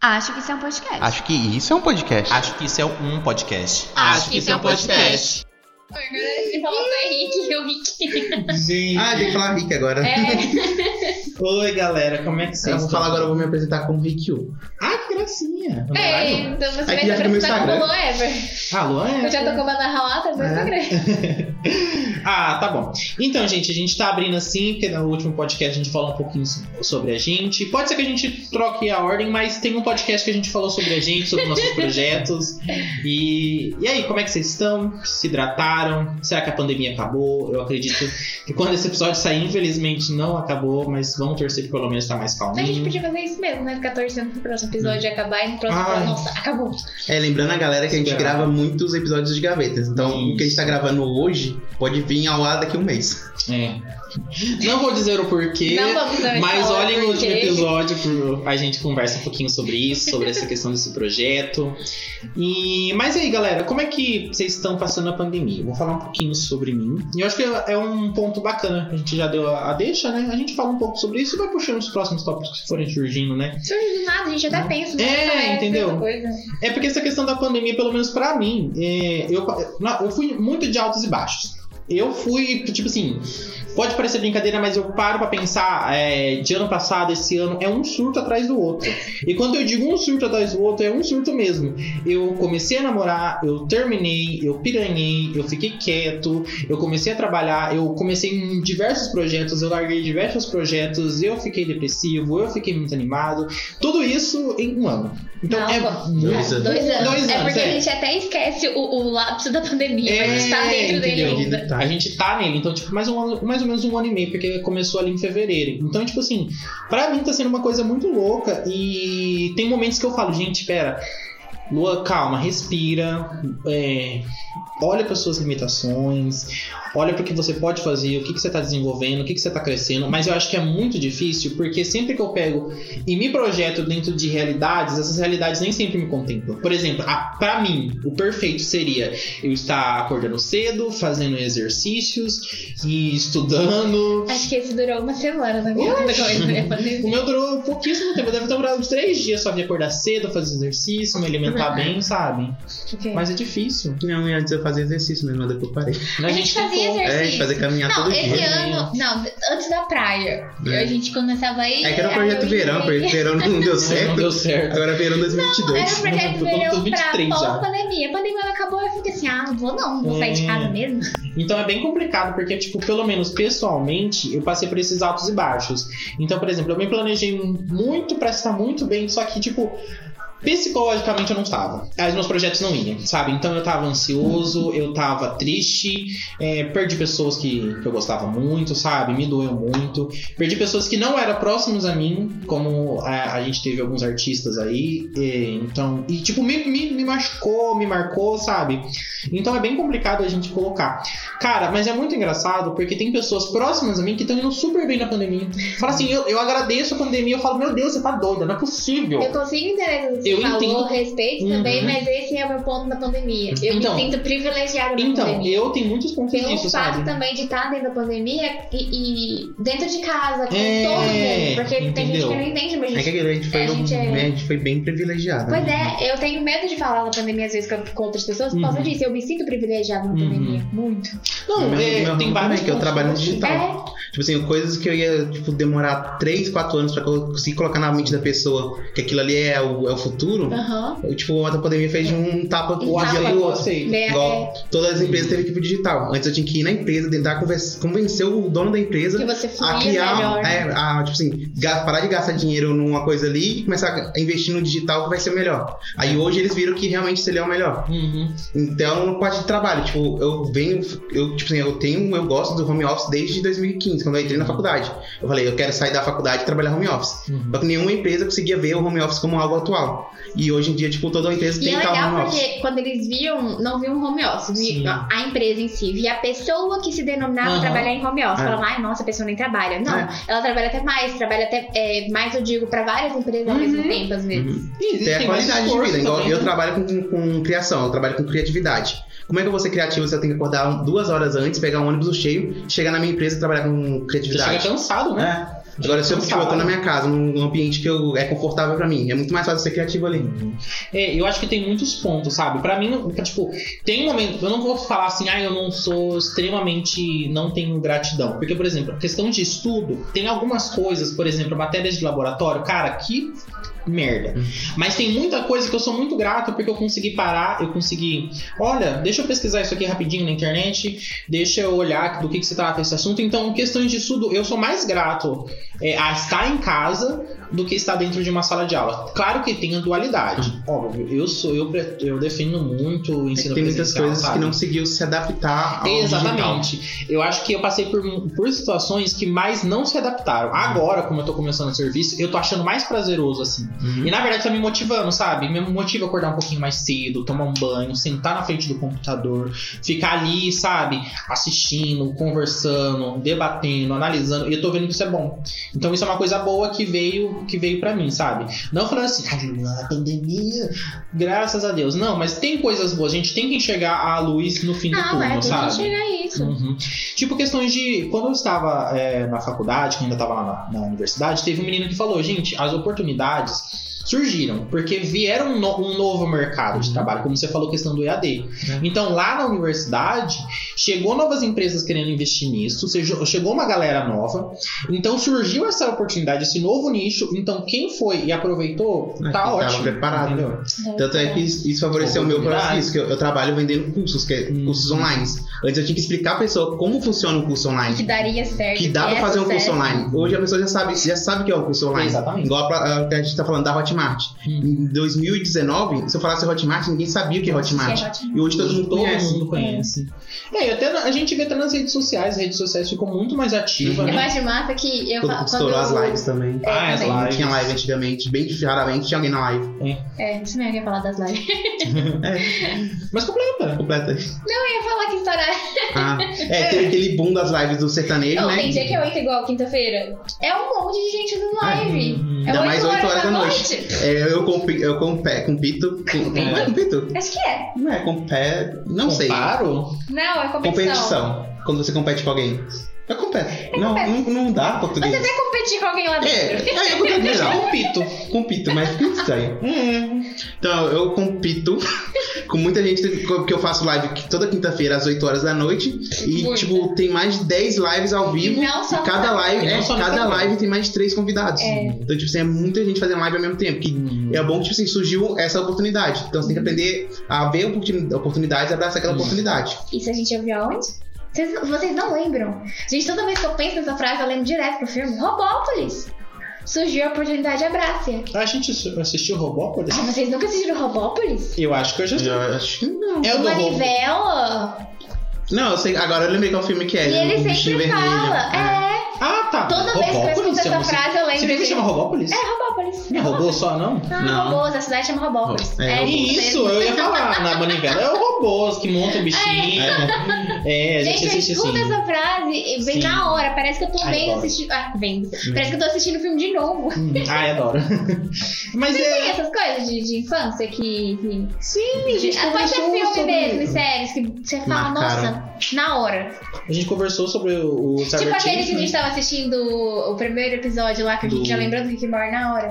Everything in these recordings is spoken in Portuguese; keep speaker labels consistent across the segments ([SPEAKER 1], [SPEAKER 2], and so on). [SPEAKER 1] Acho que isso é um podcast.
[SPEAKER 2] Ah.
[SPEAKER 3] Acho que isso é um podcast.
[SPEAKER 4] Ah,
[SPEAKER 2] Acho que isso é um podcast.
[SPEAKER 4] Acho que isso é um podcast.
[SPEAKER 5] Ele falou só Henrique, eu Rick.
[SPEAKER 2] Gente.
[SPEAKER 4] Ah, tem que falar Rick agora.
[SPEAKER 5] É,
[SPEAKER 2] Oi, galera, como é que vocês
[SPEAKER 4] Eu vou
[SPEAKER 2] estão?
[SPEAKER 4] falar agora, eu vou me apresentar como Rick Yu.
[SPEAKER 2] Ah, que gracinha.
[SPEAKER 5] é,
[SPEAKER 2] Ai,
[SPEAKER 5] então você vai
[SPEAKER 4] Aqui
[SPEAKER 5] se
[SPEAKER 4] acho que meu
[SPEAKER 5] apresentar
[SPEAKER 4] Instagram.
[SPEAKER 5] como Ever.
[SPEAKER 2] Alô, é?
[SPEAKER 5] Eu já tô com a banana ralada no
[SPEAKER 4] É.
[SPEAKER 5] Instagram.
[SPEAKER 2] Ah, tá bom. Então, gente, a gente tá abrindo assim, porque no último podcast a gente falou um pouquinho so- sobre a gente. Pode ser que a gente troque a ordem, mas tem um podcast que a gente falou sobre a gente, sobre nossos projetos. E, e aí, como é que vocês estão? Se hidrataram? Será que a pandemia acabou? Eu acredito que quando esse episódio sair, infelizmente não acabou, mas vamos torcer que pelo menos tá mais
[SPEAKER 5] A gente
[SPEAKER 2] calminho.
[SPEAKER 5] podia fazer isso mesmo, né? Ficar torcendo pro próximo episódio acabar e no próximo
[SPEAKER 2] Ai.
[SPEAKER 5] nossa, acabou.
[SPEAKER 4] É, lembrando a galera que a gente
[SPEAKER 2] Esperar.
[SPEAKER 4] grava muitos episódios de gavetas. Então, o que a gente tá gravando hoje pode vir ao ar daqui a um mês.
[SPEAKER 2] É. Não vou dizer o porquê.
[SPEAKER 5] Não vamos também
[SPEAKER 2] Mas
[SPEAKER 5] falar
[SPEAKER 2] olhem o último
[SPEAKER 5] porque-
[SPEAKER 2] episódio, pro- a gente conversa um pouquinho sobre isso, sobre essa questão desse projeto. E Mas aí, galera, como é que vocês estão passando a pandemia? Eu Vou falar um pouquinho sobre mim. E eu acho que é um ponto bacana, a gente já deu a a deixa, né? A gente fala um pouco sobre isso e vai puxando os próximos tópicos que forem surgindo, né?
[SPEAKER 5] Surge do nada, a gente até pensa.
[SPEAKER 2] É,
[SPEAKER 5] né?
[SPEAKER 2] entendeu?
[SPEAKER 5] tanta coisa.
[SPEAKER 2] É porque essa questão da pandemia, pelo menos pra mim, é, eu, na- eu fui muito de altos e baixos. Eu fui, tipo assim, pode parecer brincadeira, mas eu paro pra pensar é, de ano passado, esse ano, é um surto atrás do outro. E quando eu digo um surto atrás do outro, é um surto mesmo. Eu comecei a namorar, eu terminei, eu piranhei, eu fiquei quieto, eu comecei a trabalhar, eu comecei em diversos projetos, eu larguei diversos projetos, eu fiquei depressivo, eu fiquei muito animado. Tudo isso em um ano. Então
[SPEAKER 5] Não,
[SPEAKER 2] é
[SPEAKER 5] pô.
[SPEAKER 2] muito
[SPEAKER 4] Dois anos.
[SPEAKER 5] Dois anos.
[SPEAKER 2] Dois
[SPEAKER 5] é
[SPEAKER 2] anos,
[SPEAKER 5] porque
[SPEAKER 2] é.
[SPEAKER 5] a gente até esquece o, o lapso da pandemia,
[SPEAKER 2] É,
[SPEAKER 5] mas a gente tá dentro dele
[SPEAKER 2] entendeu?
[SPEAKER 5] ainda.
[SPEAKER 2] A gente tá nele, então, tipo, mais, um ano- mais ou menos um ano e meio, porque começou ali em fevereiro. Então, tipo assim, pra mim tá sendo uma coisa muito louca e tem momentos que eu falo, gente, pera. Lua, calma, respira, é, olha para suas limitações, olha para o que você pode fazer, o que, que você está desenvolvendo, o que, que você está crescendo. Mas eu acho que é muito difícil, porque sempre que eu pego e me projeto dentro de realidades, essas realidades nem sempre me contemplam. Por exemplo, a- pra mim, o perfeito seria eu estar acordando cedo, fazendo exercícios e estudando.
[SPEAKER 5] Acho que esse durou uma semana na minha
[SPEAKER 2] Ui.
[SPEAKER 5] coisa, né? Fazer-
[SPEAKER 2] O meu durou pouquíssimo tempo, deve ter durado uns três dias só de acordar cedo, fazer exercício, me
[SPEAKER 5] Uhum.
[SPEAKER 2] alimentar bem, sabe?
[SPEAKER 5] Ok.
[SPEAKER 2] Mas é difícil. tipo,
[SPEAKER 4] Não, e antes eu fazia exercício mesmo, mas depois eu parei.
[SPEAKER 2] A,
[SPEAKER 5] A gente fazia
[SPEAKER 2] ficou.
[SPEAKER 4] É, a gente
[SPEAKER 5] exercício.
[SPEAKER 4] fazia caminhar
[SPEAKER 5] Não,
[SPEAKER 4] todo
[SPEAKER 5] esse
[SPEAKER 4] dia. né?
[SPEAKER 5] ano, não, antes da praia.
[SPEAKER 4] É.
[SPEAKER 5] A gente começava aí.
[SPEAKER 4] É que era um projeto verão, projeto verão não deu
[SPEAKER 2] Não
[SPEAKER 4] certo.
[SPEAKER 2] deu certo.
[SPEAKER 4] Agora é
[SPEAKER 5] Era
[SPEAKER 4] verão
[SPEAKER 5] um
[SPEAKER 4] 2022.
[SPEAKER 5] projeto
[SPEAKER 2] Eu tô com
[SPEAKER 5] verão
[SPEAKER 2] 23 já.
[SPEAKER 5] pra pós-pandemia. A pandemia acabou, eu fiquei assim, ah, não vou não, vou sair
[SPEAKER 2] É.
[SPEAKER 5] de
[SPEAKER 4] Hum.
[SPEAKER 5] casa mesmo.
[SPEAKER 2] Então é bem complicado, porque, tipo, pelo menos pessoalmente, eu passei por esses altos e baixos. Então, por exemplo, eu me planejei muito pra estar muito bem, só que, tipo. Psicologicamente eu não estava. Aí Os meus projetos não iam, sabe? Então eu tava ansioso, eu tava triste, é, perdi pessoas que, que eu gostava muito, sabe? Me doeu muito. Perdi pessoas que não eram próximas a mim, como a, a gente teve alguns artistas aí. e, então, e tipo, me, me, me machucou, me marcou, sabe? Então é bem complicado a gente colocar. Cara, mas é muito engraçado porque tem pessoas próximas a mim que estão indo super bem na pandemia. Fala assim, eu, eu agradeço a pandemia, eu falo, meu Deus, você tá doida, não é possível.
[SPEAKER 5] Eu consigo entender o que
[SPEAKER 2] Eu
[SPEAKER 5] você falou,
[SPEAKER 2] entendo.
[SPEAKER 5] respeito
[SPEAKER 2] Uhum.
[SPEAKER 5] também, mas esse é o meu ponto da pandemia. Eu
[SPEAKER 2] Então.
[SPEAKER 5] me sinto privilegiada na
[SPEAKER 2] Então,
[SPEAKER 5] pandemia.
[SPEAKER 2] eu tenho muitos pontos
[SPEAKER 5] Pelo
[SPEAKER 2] disso,
[SPEAKER 5] fato
[SPEAKER 2] sabe?
[SPEAKER 5] também de estar dentro da pandemia e, e dentro de casa, com
[SPEAKER 2] É,
[SPEAKER 5] todo mundo. Porque tem gente
[SPEAKER 2] entendeu?
[SPEAKER 5] que não entende, mas
[SPEAKER 4] É que a gente foi,
[SPEAKER 5] A gente
[SPEAKER 4] um-
[SPEAKER 5] é-
[SPEAKER 4] a gente foi bem privilegiado.
[SPEAKER 5] Pois
[SPEAKER 4] né?
[SPEAKER 5] é, eu tenho medo de falar da pandemia às vezes com- com outras pessoas por causa
[SPEAKER 2] Uhum.
[SPEAKER 5] disso. Eu me sinto privilegiada na
[SPEAKER 2] Uhum.
[SPEAKER 5] pandemia. Muito.
[SPEAKER 2] Não,
[SPEAKER 4] Meu-
[SPEAKER 2] é,
[SPEAKER 4] meu
[SPEAKER 2] tem
[SPEAKER 4] ramo
[SPEAKER 2] vários
[SPEAKER 4] também, que eu
[SPEAKER 2] pontos
[SPEAKER 4] trabalho no
[SPEAKER 2] assim.
[SPEAKER 4] digital.
[SPEAKER 5] É,
[SPEAKER 4] Tipo assim, coisas que eu ia tipo, demorar 3, 4 anos pra co- conseguir colocar na mente da pessoa que aquilo ali é o, é o futuro.
[SPEAKER 5] aham.
[SPEAKER 4] Eu, tipo, a pandemia fez de um tapa pro
[SPEAKER 2] O
[SPEAKER 4] dia
[SPEAKER 2] agenda
[SPEAKER 4] pro
[SPEAKER 2] eu
[SPEAKER 4] outro.
[SPEAKER 2] aceito.
[SPEAKER 5] Bem,
[SPEAKER 4] Igual todas as empresas teve que ir pro digital. Antes eu tinha que ir na empresa, tentar convers- convencer o dono da
[SPEAKER 5] é, que
[SPEAKER 4] empresa
[SPEAKER 5] você
[SPEAKER 4] a
[SPEAKER 5] fluía melhor.
[SPEAKER 4] criar, é, a, tipo assim, ga- parar de gastar dinheiro numa coisa ali e começar a investir no digital que vai ser o melhor. Aí hoje eles viram que realmente seria o melhor.
[SPEAKER 2] Uhum.
[SPEAKER 4] Então, no parte de trabalho, tipo, eu venho, eu, tipo assim, eu tenho, eu gosto do home office desde 2015, quando eu entrei na faculdade. Eu falei, eu quero sair da faculdade e trabalhar home office.
[SPEAKER 2] Uhum.
[SPEAKER 4] Só que nenhuma empresa conseguia ver o home office como algo atual. E hoje em dia, tipo, toda empresa
[SPEAKER 5] E
[SPEAKER 4] tem
[SPEAKER 5] é
[SPEAKER 4] tal
[SPEAKER 5] legal
[SPEAKER 4] home office.
[SPEAKER 5] porque quando eles viam, não viam home office, vi-
[SPEAKER 2] Sim.
[SPEAKER 5] a empresa em si, via a pessoa que se denominava
[SPEAKER 2] Aham.
[SPEAKER 5] trabalhar em home office.
[SPEAKER 4] É.
[SPEAKER 5] Falavam, ai, nossa, a pessoa nem trabalha. Não,
[SPEAKER 4] É.
[SPEAKER 5] ela trabalha até mais, trabalha até é, mais, eu digo, pra várias empresas ao
[SPEAKER 2] Uhum.
[SPEAKER 5] mesmo tempo, às vezes.
[SPEAKER 4] Uhum.
[SPEAKER 2] E existe
[SPEAKER 4] Tem a
[SPEAKER 2] mais
[SPEAKER 4] qualidade de
[SPEAKER 2] esforço
[SPEAKER 4] vida. Igual
[SPEAKER 2] também,
[SPEAKER 4] eu
[SPEAKER 2] né?
[SPEAKER 4] trabalho com, com criação, eu trabalho com criatividade. Como é que eu vou ser criativo se eu tenho que acordar duas horas antes, pegar um ônibus cheio, chegar na minha empresa e trabalhar com
[SPEAKER 2] Você chega
[SPEAKER 4] criatividade?
[SPEAKER 2] cansado, né?
[SPEAKER 4] É. Agora, se eu
[SPEAKER 2] Não
[SPEAKER 4] tipo, eu tô
[SPEAKER 2] sabe.
[SPEAKER 4] na minha casa, num ambiente que eu, é confortável pra mim, é muito mais fácil ser criativo ali.
[SPEAKER 2] É, eu acho que tem muitos pontos, sabe? Pra mim, tipo, tem um momento. Eu não vou falar assim, ah, eu não sou extremamente. Não tenho gratidão. Porque, por exemplo, a questão de estudo, tem algumas coisas, por exemplo, matérias de laboratório, cara, que merda.
[SPEAKER 4] Uhum.
[SPEAKER 2] Mas tem muita coisa que eu sou muito grato porque eu consegui parar, eu consegui. Olha, deixa eu pesquisar isso aqui rapidinho na internet, deixa eu olhar do que, que se trata esse assunto. Então, questões de estudo, eu sou mais grato é, a estar em casa do que estar dentro de uma sala de aula. Claro que tem a dualidade. Óbvio, eu sou, eu, pre- eu defino muito o
[SPEAKER 4] Uhum. É que
[SPEAKER 2] ensino
[SPEAKER 4] tem muitas
[SPEAKER 2] presencial,
[SPEAKER 4] coisas que
[SPEAKER 2] sabe?
[SPEAKER 4] não conseguiu se adaptar ao digital. né?
[SPEAKER 2] Exatamente. Eu acho que eu passei por, por situações que mais não se adaptaram. Agora, como eu tô começando o serviço, eu tô achando mais prazeroso, assim.
[SPEAKER 4] Uhum.
[SPEAKER 2] E na verdade tá me motivando, sabe? Me motiva a acordar um pouquinho mais cedo, tomar um banho, sentar na frente do computador, ficar ali, sabe? Assistindo, conversando, debatendo, analisando. E eu tô vendo que isso é bom. Então isso é uma coisa boa que veio, que veio para mim, sabe? Não falando assim, ai, Luana, a pandemia, graças a Deus. Não, mas tem coisas boas. A gente tem que enxergar a luz no fim do
[SPEAKER 5] Ah, vai,
[SPEAKER 2] túnel,
[SPEAKER 5] tem que
[SPEAKER 2] sabe?
[SPEAKER 5] enxergar isso.
[SPEAKER 2] Uhum. Tipo, questões de. Quando eu estava é, na faculdade, quando eu estava lá na, na universidade, teve um menino que falou: gente, as oportunidades surgiram, porque vieram um, no- um novo mercado
[SPEAKER 4] Uhum.
[SPEAKER 2] de trabalho, como você falou, questão do EAD.
[SPEAKER 4] É.
[SPEAKER 2] Então, lá na universidade, chegou novas empresas querendo investir nisso, se- chegou uma galera nova, então surgiu essa oportunidade, esse novo nicho. Então, quem foi e aproveitou,
[SPEAKER 4] É,
[SPEAKER 2] tá
[SPEAKER 4] tava
[SPEAKER 2] ótimo.
[SPEAKER 4] preparado.
[SPEAKER 2] entendeu?
[SPEAKER 4] Tanto é que isso isso favoreceu o meu
[SPEAKER 2] Oportunidade.
[SPEAKER 4] processo, que eu, eu trabalho vendendo cursos, que é
[SPEAKER 2] Uhum.
[SPEAKER 4] cursos online. Antes eu tinha que explicar a pessoa como funciona um curso
[SPEAKER 5] Que
[SPEAKER 4] online.
[SPEAKER 5] daria certo.
[SPEAKER 4] Que dá
[SPEAKER 5] que
[SPEAKER 4] pra
[SPEAKER 5] é
[SPEAKER 4] fazer um
[SPEAKER 5] sucesso.
[SPEAKER 4] curso online. Hoje a pessoa já sabe, já sabe que é um curso online.
[SPEAKER 2] Exatamente.
[SPEAKER 4] Igual a, pra- a que a gente tá falando da Hotmart.
[SPEAKER 2] Hum.
[SPEAKER 4] Em 2019, se eu falasse Hotmart, ninguém sabia o que é Hotmart.
[SPEAKER 5] Que é ótimo.
[SPEAKER 4] E hoje todo mundo
[SPEAKER 2] todo
[SPEAKER 4] conhece.
[SPEAKER 2] mundo conhece. É, e até na- a gente vê até nas redes sociais, as redes sociais ficam muito mais ativas,
[SPEAKER 4] Uhum.
[SPEAKER 5] Eu
[SPEAKER 2] né?
[SPEAKER 5] acho massa que eu
[SPEAKER 4] Todo-
[SPEAKER 5] fa- quando
[SPEAKER 4] Estourou
[SPEAKER 5] eu-
[SPEAKER 4] as lives também.
[SPEAKER 5] É,
[SPEAKER 2] Ah, as
[SPEAKER 5] também.
[SPEAKER 2] lives.
[SPEAKER 4] Não tinha live antigamente, bem raramente tinha alguém na live.
[SPEAKER 5] É, isso mesmo que eu ia falar das lives.
[SPEAKER 2] Mas completa.
[SPEAKER 4] Completa.
[SPEAKER 5] Eu ia falar que estourar.
[SPEAKER 4] Ah, é, teve aquele boom das lives do sertanejo,
[SPEAKER 5] Não,
[SPEAKER 4] né?
[SPEAKER 5] tem dia que eu entro igual quinta-feira. É um monte de gente no live.
[SPEAKER 2] Uhum.
[SPEAKER 5] É
[SPEAKER 4] hum. Ainda mais
[SPEAKER 5] 8
[SPEAKER 4] oito
[SPEAKER 5] horas,
[SPEAKER 4] horas
[SPEAKER 5] da
[SPEAKER 4] da
[SPEAKER 5] noite.
[SPEAKER 4] É, eu compi, eu compé, compito. Com,
[SPEAKER 2] É.
[SPEAKER 4] não é compito?
[SPEAKER 5] Acho que é.
[SPEAKER 4] Não é compé. Não sei.
[SPEAKER 2] Comparo?
[SPEAKER 5] Não, é competição.
[SPEAKER 4] Competição. Quando você compete com alguém. É compé. Não, não,
[SPEAKER 5] competição.
[SPEAKER 4] não dá português.
[SPEAKER 5] Você vai competir com alguém lá dentro.
[SPEAKER 4] É, é, eu compito,
[SPEAKER 2] Eu
[SPEAKER 4] não.
[SPEAKER 2] compito.
[SPEAKER 4] Compito, mas fica estranho. Hum. Então, eu compito com muita gente, porque eu faço live que- toda quinta-feira às 8 horas da noite. E,
[SPEAKER 5] Muita.
[SPEAKER 4] tipo, tem mais de 10 lives ao vivo.
[SPEAKER 5] E não só
[SPEAKER 4] e cada live,
[SPEAKER 2] E não
[SPEAKER 4] é,
[SPEAKER 2] só no
[SPEAKER 4] cada
[SPEAKER 2] Instagram.
[SPEAKER 4] live tem mais de 3 convidados.
[SPEAKER 5] É.
[SPEAKER 4] Então, tipo, assim, é muita gente fazendo live ao mesmo tempo. Que é bom que tipo assim, surgiu essa oportunidade. Então você tem que
[SPEAKER 5] Uhum.
[SPEAKER 4] aprender a ver oportuni- oportunidades e abraçar aquela
[SPEAKER 2] Hum.
[SPEAKER 4] oportunidade.
[SPEAKER 5] Isso a gente ouviu aonde? Vocês, vocês não lembram? Gente, toda vez que eu penso nessa frase, eu lembro direto pro filme Robópolis. Surgiu a oportunidade Abrácia.
[SPEAKER 2] A gente assi- assistiu Robópolis?
[SPEAKER 5] Ah, É. vocês nunca assistiram Robópolis?
[SPEAKER 2] Eu acho que eu já assisti.
[SPEAKER 4] Eu acho que não.
[SPEAKER 2] É o do robô.
[SPEAKER 5] Manivela.
[SPEAKER 4] Não, eu sei, agora eu lembrei qual filme que é.
[SPEAKER 5] E
[SPEAKER 4] o
[SPEAKER 5] ele
[SPEAKER 4] bichinho
[SPEAKER 5] sempre
[SPEAKER 4] vermelho.
[SPEAKER 5] fala. É,
[SPEAKER 2] um Ah, tá.
[SPEAKER 5] toda vez que eu escuto essa
[SPEAKER 2] chama-
[SPEAKER 5] frase, eu
[SPEAKER 2] Você
[SPEAKER 5] lembro.
[SPEAKER 2] viu que
[SPEAKER 5] de-
[SPEAKER 2] chama Robópolis?
[SPEAKER 5] É Robópolis.
[SPEAKER 2] Não é robô só, não?
[SPEAKER 5] Ah,
[SPEAKER 4] Não.
[SPEAKER 5] robôs, a cidade chama Robópolis.
[SPEAKER 4] É,
[SPEAKER 5] É,
[SPEAKER 4] robô.
[SPEAKER 2] Isso,
[SPEAKER 5] mesmo.
[SPEAKER 2] eu ia falar na manivela. É o robôs que montam o bichinho. É, a gente
[SPEAKER 5] Gente, eu
[SPEAKER 2] assiste
[SPEAKER 5] escuto
[SPEAKER 2] assim.
[SPEAKER 5] essa frase e vem
[SPEAKER 2] Sim.
[SPEAKER 5] na hora. Parece que eu tô
[SPEAKER 2] Ai, Uhum.
[SPEAKER 5] vendo
[SPEAKER 2] adoro.
[SPEAKER 5] assistindo. Ah, vendo. Parece que eu tô assistindo o filme de novo.
[SPEAKER 2] Hum, Ai, adoro. Mas
[SPEAKER 5] Tem
[SPEAKER 2] é.
[SPEAKER 5] essas coisas de, de infância que. que-
[SPEAKER 2] Sim, a gente
[SPEAKER 5] Ah, Pode ser filme
[SPEAKER 2] conversou sobre-
[SPEAKER 5] mesmo e séries que você fala,
[SPEAKER 4] Marcaram.
[SPEAKER 5] nossa, na hora.
[SPEAKER 2] A gente conversou sobre o, o Cyber
[SPEAKER 5] tipo aquele
[SPEAKER 2] Chase,
[SPEAKER 5] que a
[SPEAKER 2] né?
[SPEAKER 5] gente tava assistindo o primeiro episódio lá, que a gente
[SPEAKER 4] Do-
[SPEAKER 5] já lembrou do Rick and Morty na hora.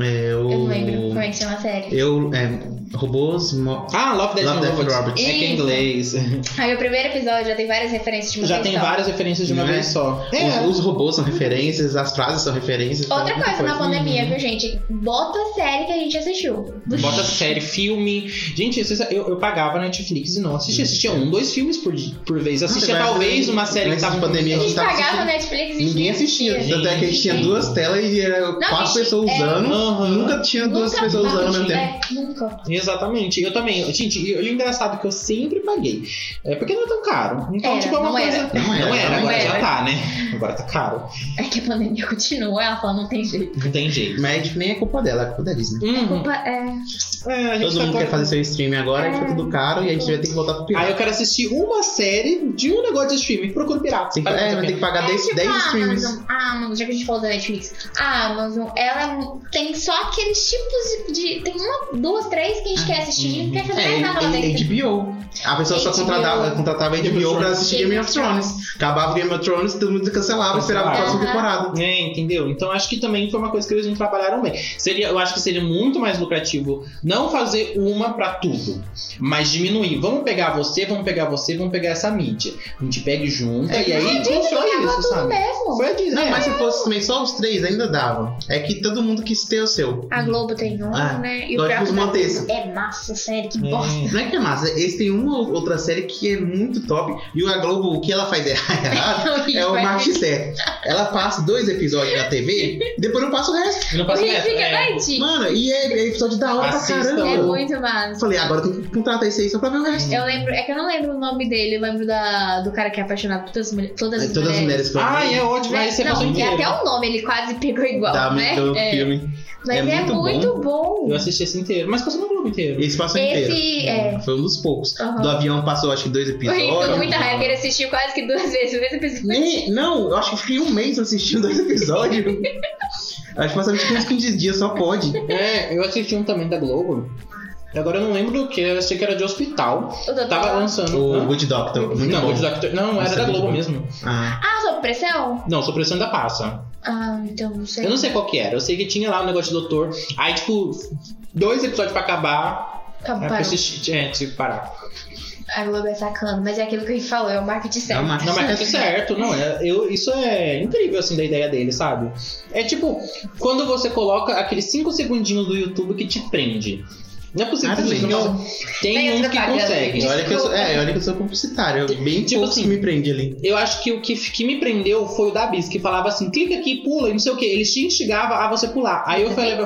[SPEAKER 4] É,
[SPEAKER 5] Eu
[SPEAKER 4] o...
[SPEAKER 5] não lembro como é que chama a série.
[SPEAKER 4] Eu. É, robôs. Mo...
[SPEAKER 2] Ah, Love Death
[SPEAKER 4] Love,
[SPEAKER 2] and
[SPEAKER 4] Death and
[SPEAKER 2] Robots.
[SPEAKER 4] Robots.
[SPEAKER 2] É que é
[SPEAKER 5] Isso. é
[SPEAKER 2] inglês.
[SPEAKER 5] Aí o primeiro episódio já tem várias referências de uma
[SPEAKER 2] Já
[SPEAKER 5] vez
[SPEAKER 2] tem
[SPEAKER 5] só.
[SPEAKER 2] várias referências de uma
[SPEAKER 4] Não é?
[SPEAKER 2] vez só. É.
[SPEAKER 4] Os, os robôs são referências, as frases são referências. então
[SPEAKER 5] Outra
[SPEAKER 4] é muita
[SPEAKER 5] coisa na pandemia,
[SPEAKER 2] Uhum.
[SPEAKER 5] viu, gente? Bota a série que a gente assistiu. Do-
[SPEAKER 2] Bota série, filme. Gente, vocês- eu, eu pagava Netflix e não assistia.
[SPEAKER 4] Hum.
[SPEAKER 2] Assistia um, dois filmes por, di- por
[SPEAKER 4] Ah,
[SPEAKER 2] vez. Assistia
[SPEAKER 4] Agora,
[SPEAKER 2] talvez uma série que
[SPEAKER 4] antes da
[SPEAKER 2] tava
[SPEAKER 4] pandemia,
[SPEAKER 5] A
[SPEAKER 4] a
[SPEAKER 5] gente
[SPEAKER 4] gente tava
[SPEAKER 5] pagava
[SPEAKER 4] assistindo.
[SPEAKER 5] Netflix e
[SPEAKER 4] Ninguém assistia.
[SPEAKER 2] assistia.
[SPEAKER 4] Tanto é que a gente tinha duas telas e era quatro
[SPEAKER 5] gente,
[SPEAKER 4] pessoas
[SPEAKER 5] é.
[SPEAKER 4] usando.
[SPEAKER 2] Aham.
[SPEAKER 4] Nunca tinha duas
[SPEAKER 5] Nunca
[SPEAKER 4] pessoas usando ao mesmo
[SPEAKER 5] assisti.
[SPEAKER 4] tempo.
[SPEAKER 5] É, nunca.
[SPEAKER 2] Exatamente. Eu também. Gente, e o engraçado é que eu sempre paguei. É porque não é tão caro. Então,
[SPEAKER 5] Era,
[SPEAKER 2] tipo, é uma
[SPEAKER 5] não
[SPEAKER 2] coisa.
[SPEAKER 5] era.
[SPEAKER 4] Não era,
[SPEAKER 2] Não era,
[SPEAKER 4] não
[SPEAKER 2] agora
[SPEAKER 5] era.
[SPEAKER 2] já tá, né? Agora tá caro.
[SPEAKER 5] É que a pandemia continua, ela fala, não tem jeito.
[SPEAKER 2] Não tem jeito.
[SPEAKER 4] Mas tipo, nem é culpa dela, é culpa da Disney.
[SPEAKER 2] Uhum.
[SPEAKER 5] Opa, é.
[SPEAKER 2] É, a gente
[SPEAKER 4] Todo
[SPEAKER 2] tá
[SPEAKER 4] mundo
[SPEAKER 2] com-
[SPEAKER 4] quer fazer seu streaming agora, fica tudo caro e a gente vai ter que voltar pro pirata.
[SPEAKER 2] Aí eu quero assistir uma série de um negócio de streaming. Procura pirata.
[SPEAKER 4] Tem que-
[SPEAKER 2] Vale
[SPEAKER 4] é,
[SPEAKER 2] muito a
[SPEAKER 4] vai ter
[SPEAKER 2] pena.
[SPEAKER 4] que pagar
[SPEAKER 5] É
[SPEAKER 4] 10
[SPEAKER 5] tipo
[SPEAKER 4] 10
[SPEAKER 5] a
[SPEAKER 4] streams.
[SPEAKER 5] Amazon, a Amazon, já que a gente falou da Netflix, a Amazon, ela é um, tem só aqueles tipos de. de- tem uma, duas, três que a gente quer assistir. A gente não quer fazer
[SPEAKER 4] Ah, É,
[SPEAKER 5] mais nada lá
[SPEAKER 4] e-
[SPEAKER 5] dentro.
[SPEAKER 4] e HBO. A pessoa só
[SPEAKER 5] HBO.
[SPEAKER 4] contratava, contratava HBO pra assistir Game of Thrones. Acabava Game of Thrones, todo mundo cancelava, esperava a próxima
[SPEAKER 5] Aham.
[SPEAKER 4] temporada.
[SPEAKER 2] É, entendeu? Então acho que também foi uma coisa que eles não trabalharam bem. Seria, eu acho que seria muito mais lucrativo não fazer uma pra tudo, mas diminuir. Vamos pegar você, vamos pegar você, vamos pegar essa mídia. A gente pega e junta
[SPEAKER 4] É,
[SPEAKER 2] e aí
[SPEAKER 5] A gente
[SPEAKER 2] funciona
[SPEAKER 5] acabou
[SPEAKER 2] isso,
[SPEAKER 5] tudo
[SPEAKER 2] sabe?
[SPEAKER 5] É mesmo. Né?
[SPEAKER 2] Foi a Disney.
[SPEAKER 4] Não,
[SPEAKER 2] é.
[SPEAKER 4] mas se fosse também só os três, ainda dava. É que todo mundo quis ter o seu.
[SPEAKER 5] A Globo tem um,
[SPEAKER 4] Ah,
[SPEAKER 5] né? E
[SPEAKER 4] nós
[SPEAKER 5] o próprio
[SPEAKER 4] vamos manter
[SPEAKER 5] da-
[SPEAKER 4] isso.
[SPEAKER 5] É massa, sério, que
[SPEAKER 2] É.
[SPEAKER 5] bosta.
[SPEAKER 4] Não é que é massa, eles têm uma ou outra série que é muito top. E a Globo, o que ela faz errado é o marketing certo. Ela passa dois episódios na TV, e depois não passa o resto.
[SPEAKER 2] Eu não
[SPEAKER 5] E
[SPEAKER 2] passo nessa,
[SPEAKER 5] fica,
[SPEAKER 2] é.
[SPEAKER 5] gente,
[SPEAKER 4] Mano, e é, é episódio da hora
[SPEAKER 2] Assistam.
[SPEAKER 4] pra
[SPEAKER 5] é
[SPEAKER 4] caramba.
[SPEAKER 5] muito
[SPEAKER 4] Eu
[SPEAKER 5] massa.
[SPEAKER 4] falei, "Ah, agora tem que contratar esse aí só pra ver o resto.
[SPEAKER 5] Eu lembro, é que eu não lembro o nome dele, eu lembro da, do cara que é apaixonado por todas as mulheres. É, Todas
[SPEAKER 4] Aí
[SPEAKER 5] as
[SPEAKER 4] todas as
[SPEAKER 5] mulheres.
[SPEAKER 4] mulheres que eu
[SPEAKER 2] Ah,
[SPEAKER 4] amei
[SPEAKER 2] é ótimo, vai ser
[SPEAKER 5] não,
[SPEAKER 2] passou
[SPEAKER 5] tem
[SPEAKER 2] inteiro.
[SPEAKER 5] até o nome, ele quase pegou igual,
[SPEAKER 4] da,
[SPEAKER 5] né?
[SPEAKER 4] do
[SPEAKER 5] É.
[SPEAKER 4] Tá, filme.
[SPEAKER 5] Mas
[SPEAKER 4] É
[SPEAKER 5] é,
[SPEAKER 4] muito
[SPEAKER 5] muito, bom.
[SPEAKER 2] Eu assisti esse inteiro, mas passou no Globo inteiro.
[SPEAKER 4] Esse passou inteiro.
[SPEAKER 5] Esse é.
[SPEAKER 4] Foi um dos poucos.
[SPEAKER 5] Aham.
[SPEAKER 4] Do avião passou acho que dois
[SPEAKER 5] Eu
[SPEAKER 4] episódios.
[SPEAKER 5] ri com muita raiva, ele assistiu quase que duas vezes o mesmo episódio.
[SPEAKER 4] Nem- não, eu acho que eu fiquei um mês assistindo dois episódios. acho que passava tipo uns 15 dias, só pode.
[SPEAKER 2] É, eu assisti um também da Globo. Agora eu não lembro do que, eu achei que era de hospital.
[SPEAKER 5] O doutor-
[SPEAKER 2] Tava lançando.
[SPEAKER 4] O
[SPEAKER 2] Hã?
[SPEAKER 4] Good Doctor. Muito
[SPEAKER 2] não,
[SPEAKER 4] bom.
[SPEAKER 2] Good Doctor- não,
[SPEAKER 4] Nossa,
[SPEAKER 2] era da
[SPEAKER 4] é muito
[SPEAKER 2] Globo
[SPEAKER 4] bom.
[SPEAKER 2] mesmo.
[SPEAKER 4] Ah,
[SPEAKER 5] Ah, sob pressão?
[SPEAKER 2] Não, supressão da passa.
[SPEAKER 5] Ah, então não sei.
[SPEAKER 2] Eu não sei qual que era. Eu sei que tinha lá o negócio do doutor. Aí, tipo, dois episódios pra acabar.
[SPEAKER 5] Acabou,
[SPEAKER 2] Aí
[SPEAKER 5] parou.
[SPEAKER 2] persistir, é, tive que parar.
[SPEAKER 5] A Globo é sacana, mas é aquilo que ele falou, é o marketing
[SPEAKER 4] é
[SPEAKER 5] certo.
[SPEAKER 4] uma
[SPEAKER 2] Não, mas tudo certo. Não, é, eu, isso é incrível, assim, da ideia dele, sabe? É tipo, quando você coloca aqueles 5 segundinhos do YouTube que te prende. Não é possível
[SPEAKER 4] Ah,
[SPEAKER 2] que você
[SPEAKER 4] sim.
[SPEAKER 2] não
[SPEAKER 4] Eu-
[SPEAKER 2] faça- Tem
[SPEAKER 5] Tem as
[SPEAKER 2] uns que
[SPEAKER 5] propagandas.
[SPEAKER 2] conseguem.
[SPEAKER 4] Olha que eu sou, é, olha que eu sou publicitário. Eu bem
[SPEAKER 2] Tipo
[SPEAKER 4] tipo
[SPEAKER 2] assim,
[SPEAKER 4] que me prende ali.
[SPEAKER 2] Eu acho que o que, que me prendeu foi o da Bis, que falava assim, clica aqui, pula, e não sei o que. Eles te instigavam a você pular. Aí eu falei,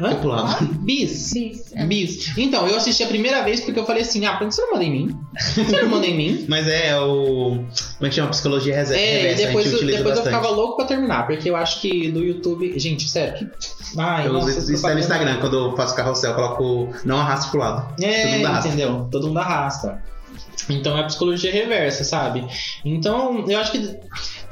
[SPEAKER 2] Hã?
[SPEAKER 4] Eu pulava.
[SPEAKER 2] Bis,
[SPEAKER 5] Bis.
[SPEAKER 4] É.
[SPEAKER 2] Bis. Então, eu assisti a primeira vez porque eu falei assim: ah, por que você não manda em mim? Você não manda em mim?
[SPEAKER 4] Mas é o. Como é que chama? Psicologia rese-
[SPEAKER 2] É, e
[SPEAKER 4] reversa. a
[SPEAKER 2] depois,
[SPEAKER 4] gente
[SPEAKER 2] eu,
[SPEAKER 4] utiliza
[SPEAKER 2] depois eu
[SPEAKER 4] bastante.
[SPEAKER 2] ficava louco pra terminar, porque eu acho que do YouTube. Gente, sério, que. Ai,
[SPEAKER 4] Eu
[SPEAKER 2] nossa,
[SPEAKER 4] uso isso é no
[SPEAKER 2] propaganda.
[SPEAKER 4] Instagram, quando eu faço carrossel, eu coloco não arrasto pro lado. Todo
[SPEAKER 2] É,
[SPEAKER 4] mundo arrasta.
[SPEAKER 2] entendeu? Todo mundo arrasta. Então é a psicologia reversa, sabe? Então eu acho que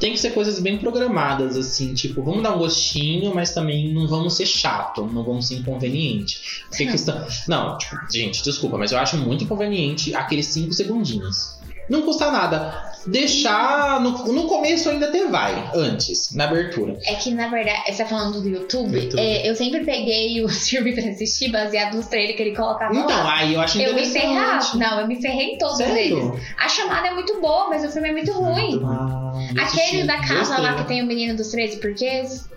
[SPEAKER 2] tem que ser coisas bem programadas, assim, tipo, vamos dar um gostinho, mas também não vamos ser chato, não vamos ser inconveniente. Porque questão. Não, tipo, gente, desculpa, mas eu acho muito inconveniente aqueles cinco segundinhos. Não custa nada. Deixar. No, no começo ainda até vai, antes, na abertura.
[SPEAKER 5] É que, na verdade, você tá falando do YouTube,
[SPEAKER 4] YouTube.
[SPEAKER 5] é, eu sempre peguei o filme pra assistir baseado nos trailers que ele colocava
[SPEAKER 2] Então,
[SPEAKER 5] lá.
[SPEAKER 2] aí eu acho
[SPEAKER 5] Tá Eu me
[SPEAKER 2] interessante.
[SPEAKER 5] ferrava. Não, eu me ferrei em todos eles.
[SPEAKER 2] Sério?
[SPEAKER 5] A chamada é muito boa, mas o filme é muito ruim.
[SPEAKER 2] Ah, eu assisti.
[SPEAKER 5] Aquele da casa
[SPEAKER 4] Gostei.
[SPEAKER 5] lá que tem o menino dos 13 porquês.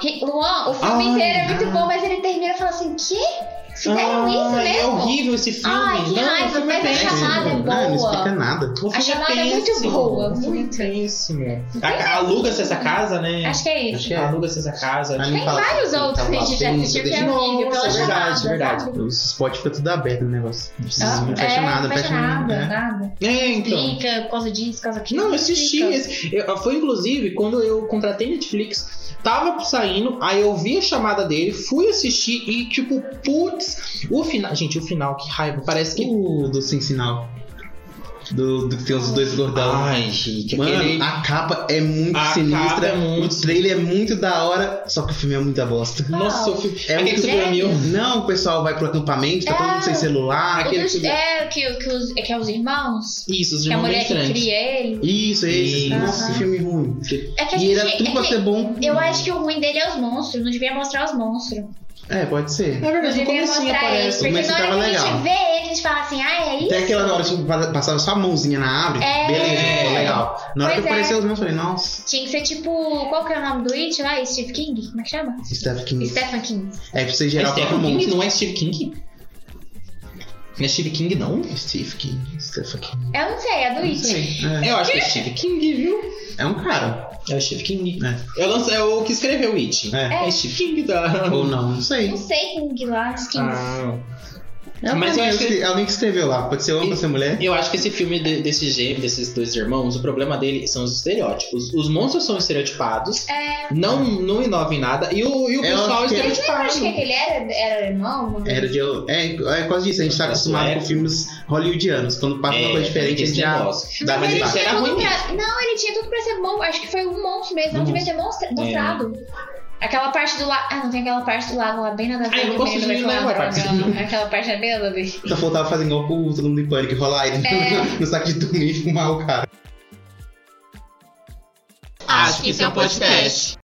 [SPEAKER 5] Ri- Luan, o filme
[SPEAKER 2] Ai,
[SPEAKER 5] inteiro é muito
[SPEAKER 2] ai.
[SPEAKER 5] bom, mas ele termina e fala assim: que? Fizeram
[SPEAKER 2] Ai,
[SPEAKER 5] isso
[SPEAKER 2] É
[SPEAKER 5] mesmo?
[SPEAKER 2] horrível esse filme.
[SPEAKER 5] Ai, que
[SPEAKER 2] não,
[SPEAKER 5] raiva,
[SPEAKER 2] o filme
[SPEAKER 5] mas a
[SPEAKER 2] péssimo.
[SPEAKER 5] chamada é
[SPEAKER 4] Ah, não
[SPEAKER 5] boa.
[SPEAKER 4] explica nada.
[SPEAKER 2] O filme
[SPEAKER 5] A chamada é muito
[SPEAKER 2] péssimo.
[SPEAKER 5] boa,
[SPEAKER 2] O filme é
[SPEAKER 5] muito.
[SPEAKER 2] péssimo.
[SPEAKER 5] Não tem
[SPEAKER 2] A-
[SPEAKER 5] nada.
[SPEAKER 2] Aluga-se essa casa, né?
[SPEAKER 5] Acho que é isso.
[SPEAKER 4] Acho que é.
[SPEAKER 2] Aluga-se essa casa. né?
[SPEAKER 4] Ah, não
[SPEAKER 5] Tem
[SPEAKER 4] fala
[SPEAKER 5] vários
[SPEAKER 4] assim,
[SPEAKER 5] outros que a gente já
[SPEAKER 4] tem-
[SPEAKER 5] assistiu que é
[SPEAKER 4] tem-
[SPEAKER 5] horrível pela
[SPEAKER 2] Nossa, verdade,
[SPEAKER 5] chamada.
[SPEAKER 2] verdade.
[SPEAKER 5] sabe?
[SPEAKER 4] O spot fica tudo aberto no negócio. Não precisa,
[SPEAKER 5] Ah,
[SPEAKER 4] não fecha
[SPEAKER 5] é,
[SPEAKER 4] nada,
[SPEAKER 5] não fecha nada,
[SPEAKER 4] nada. né?
[SPEAKER 5] nada.
[SPEAKER 2] É, então.
[SPEAKER 5] Explica por causa disso, por causa daquilo.
[SPEAKER 2] Não, eu
[SPEAKER 4] é
[SPEAKER 2] assisti
[SPEAKER 5] explica.
[SPEAKER 2] esse. eu- foi inclusive quando eu contratei Netflix, tava saindo, aí eu vi a chamada dele, fui assistir e tipo, putz, o final. Gente, o final, que raiva. Parece que.
[SPEAKER 4] O do Sem Sinal. Do, do que tem os dois gordão.
[SPEAKER 2] Ai, gente,
[SPEAKER 4] Mano,
[SPEAKER 2] aquele.
[SPEAKER 4] a capa é muito
[SPEAKER 2] A capa
[SPEAKER 4] sinistra.
[SPEAKER 2] é muito-
[SPEAKER 4] O trailer é muito da hora, só que o filme é muita bosta.
[SPEAKER 2] Nossa, o filme.
[SPEAKER 4] É
[SPEAKER 2] aquele
[SPEAKER 4] um-
[SPEAKER 2] que você dormiu.
[SPEAKER 4] Não, o pessoal vai pro acampamento, tá todo mundo
[SPEAKER 5] É.
[SPEAKER 4] sem celular.
[SPEAKER 5] O
[SPEAKER 4] Aquele
[SPEAKER 5] dos-
[SPEAKER 4] filme...
[SPEAKER 5] É, que, que, os, é que é os irmãos.
[SPEAKER 2] Isso, os
[SPEAKER 5] Que é a
[SPEAKER 2] irmãos
[SPEAKER 5] mulher
[SPEAKER 2] bem
[SPEAKER 5] que
[SPEAKER 2] estranhos.
[SPEAKER 5] cria ele.
[SPEAKER 4] Isso, esse.
[SPEAKER 2] Isso.
[SPEAKER 4] Nossa, que filme ruim.
[SPEAKER 5] É que a
[SPEAKER 4] E
[SPEAKER 5] gente.
[SPEAKER 4] era tudo
[SPEAKER 5] é
[SPEAKER 4] pra
[SPEAKER 5] que-
[SPEAKER 4] ser bom.
[SPEAKER 5] Eu acho que o ruim dele é os monstros. Não devia mostrar os monstros.
[SPEAKER 4] É, assim pode ser.
[SPEAKER 2] Na
[SPEAKER 5] Não
[SPEAKER 2] verdade, assim no
[SPEAKER 5] devia
[SPEAKER 2] comecinho
[SPEAKER 5] mostrar eles.
[SPEAKER 2] aparece.
[SPEAKER 5] Porque
[SPEAKER 4] mas
[SPEAKER 5] na hora
[SPEAKER 4] tava
[SPEAKER 5] que a
[SPEAKER 4] é legal.
[SPEAKER 5] gente vê ele, a gente fala assim, ah, é isso?
[SPEAKER 4] Até aquela hora que passava só a mãozinha na árvore,
[SPEAKER 5] É.
[SPEAKER 4] beleza, ficou legal. Na hora
[SPEAKER 5] Pois
[SPEAKER 4] que
[SPEAKER 5] é.
[SPEAKER 4] apareceu os meus, eu falei, nossa,
[SPEAKER 5] Tinha que ser tipo. Qual que é o nome do It lá? Steve King? Como é que chama?
[SPEAKER 4] Stephen King.
[SPEAKER 5] Stephen King.
[SPEAKER 4] É pra você
[SPEAKER 2] É
[SPEAKER 4] gerar o próprio
[SPEAKER 2] Stephen King?
[SPEAKER 4] monstro.
[SPEAKER 2] Não é Steve King? Não é Steve King, não?
[SPEAKER 4] Steve King, Stephen King.
[SPEAKER 5] Eu não sei, é do
[SPEAKER 4] Não
[SPEAKER 5] It.
[SPEAKER 4] sei. É,
[SPEAKER 2] Eu acho que é Steve King, viu?
[SPEAKER 4] é um cara.
[SPEAKER 2] É o Steve King.
[SPEAKER 4] É.
[SPEAKER 2] Eu não sei, é o que escreveu It.
[SPEAKER 4] É.
[SPEAKER 2] É Steve King da.
[SPEAKER 4] Ou não, não sei.
[SPEAKER 5] Não sei King lá, King.
[SPEAKER 2] Ah,
[SPEAKER 4] É um
[SPEAKER 2] Mas eu
[SPEAKER 4] cara
[SPEAKER 2] acho
[SPEAKER 4] que-
[SPEAKER 2] que-
[SPEAKER 4] alguém que escreveu lá. Pode ser homem, pode ser mulher.
[SPEAKER 2] eu acho que esse filme de- desse gêmeo, desses dois irmãos, o problema dele são os estereótipos. Os monstros são estereotipados,
[SPEAKER 5] É.
[SPEAKER 2] não, não inovam em nada, e o, e o
[SPEAKER 4] Eu
[SPEAKER 2] pessoal é
[SPEAKER 4] acho que-
[SPEAKER 5] Mas lembra de
[SPEAKER 2] estereotipado.
[SPEAKER 5] que aquele era? Era irmão?
[SPEAKER 4] Era de. É, é quase disso. A gente tá acostumado com filmes hollywoodianos. Quando passa
[SPEAKER 2] É,
[SPEAKER 4] uma coisa diferente, a gente já. dá
[SPEAKER 5] Não,
[SPEAKER 4] mais
[SPEAKER 5] ele
[SPEAKER 4] embaixo.
[SPEAKER 5] tinha
[SPEAKER 2] Era
[SPEAKER 5] tudo
[SPEAKER 2] ruim
[SPEAKER 5] pra- Não, ele tinha tudo pra ser bom. Acho que foi um monstro mesmo. Não devia ser monstra- mostrado. Aquela parte do lago. Ah, não tem aquela parte do lago lá bem nada a ver.
[SPEAKER 2] Ah, eu não
[SPEAKER 5] com o
[SPEAKER 2] gosto de
[SPEAKER 5] Benjamin
[SPEAKER 2] nenhuma
[SPEAKER 5] Clemente,
[SPEAKER 2] parte.
[SPEAKER 5] não. Aquela parte é bem nada a ver.
[SPEAKER 4] Só faltava fazer um igual com todo mundo em pânico e rolar ele
[SPEAKER 5] É.
[SPEAKER 4] no saco de dormir e fumar o cara.
[SPEAKER 1] Acho que isso é um podcast.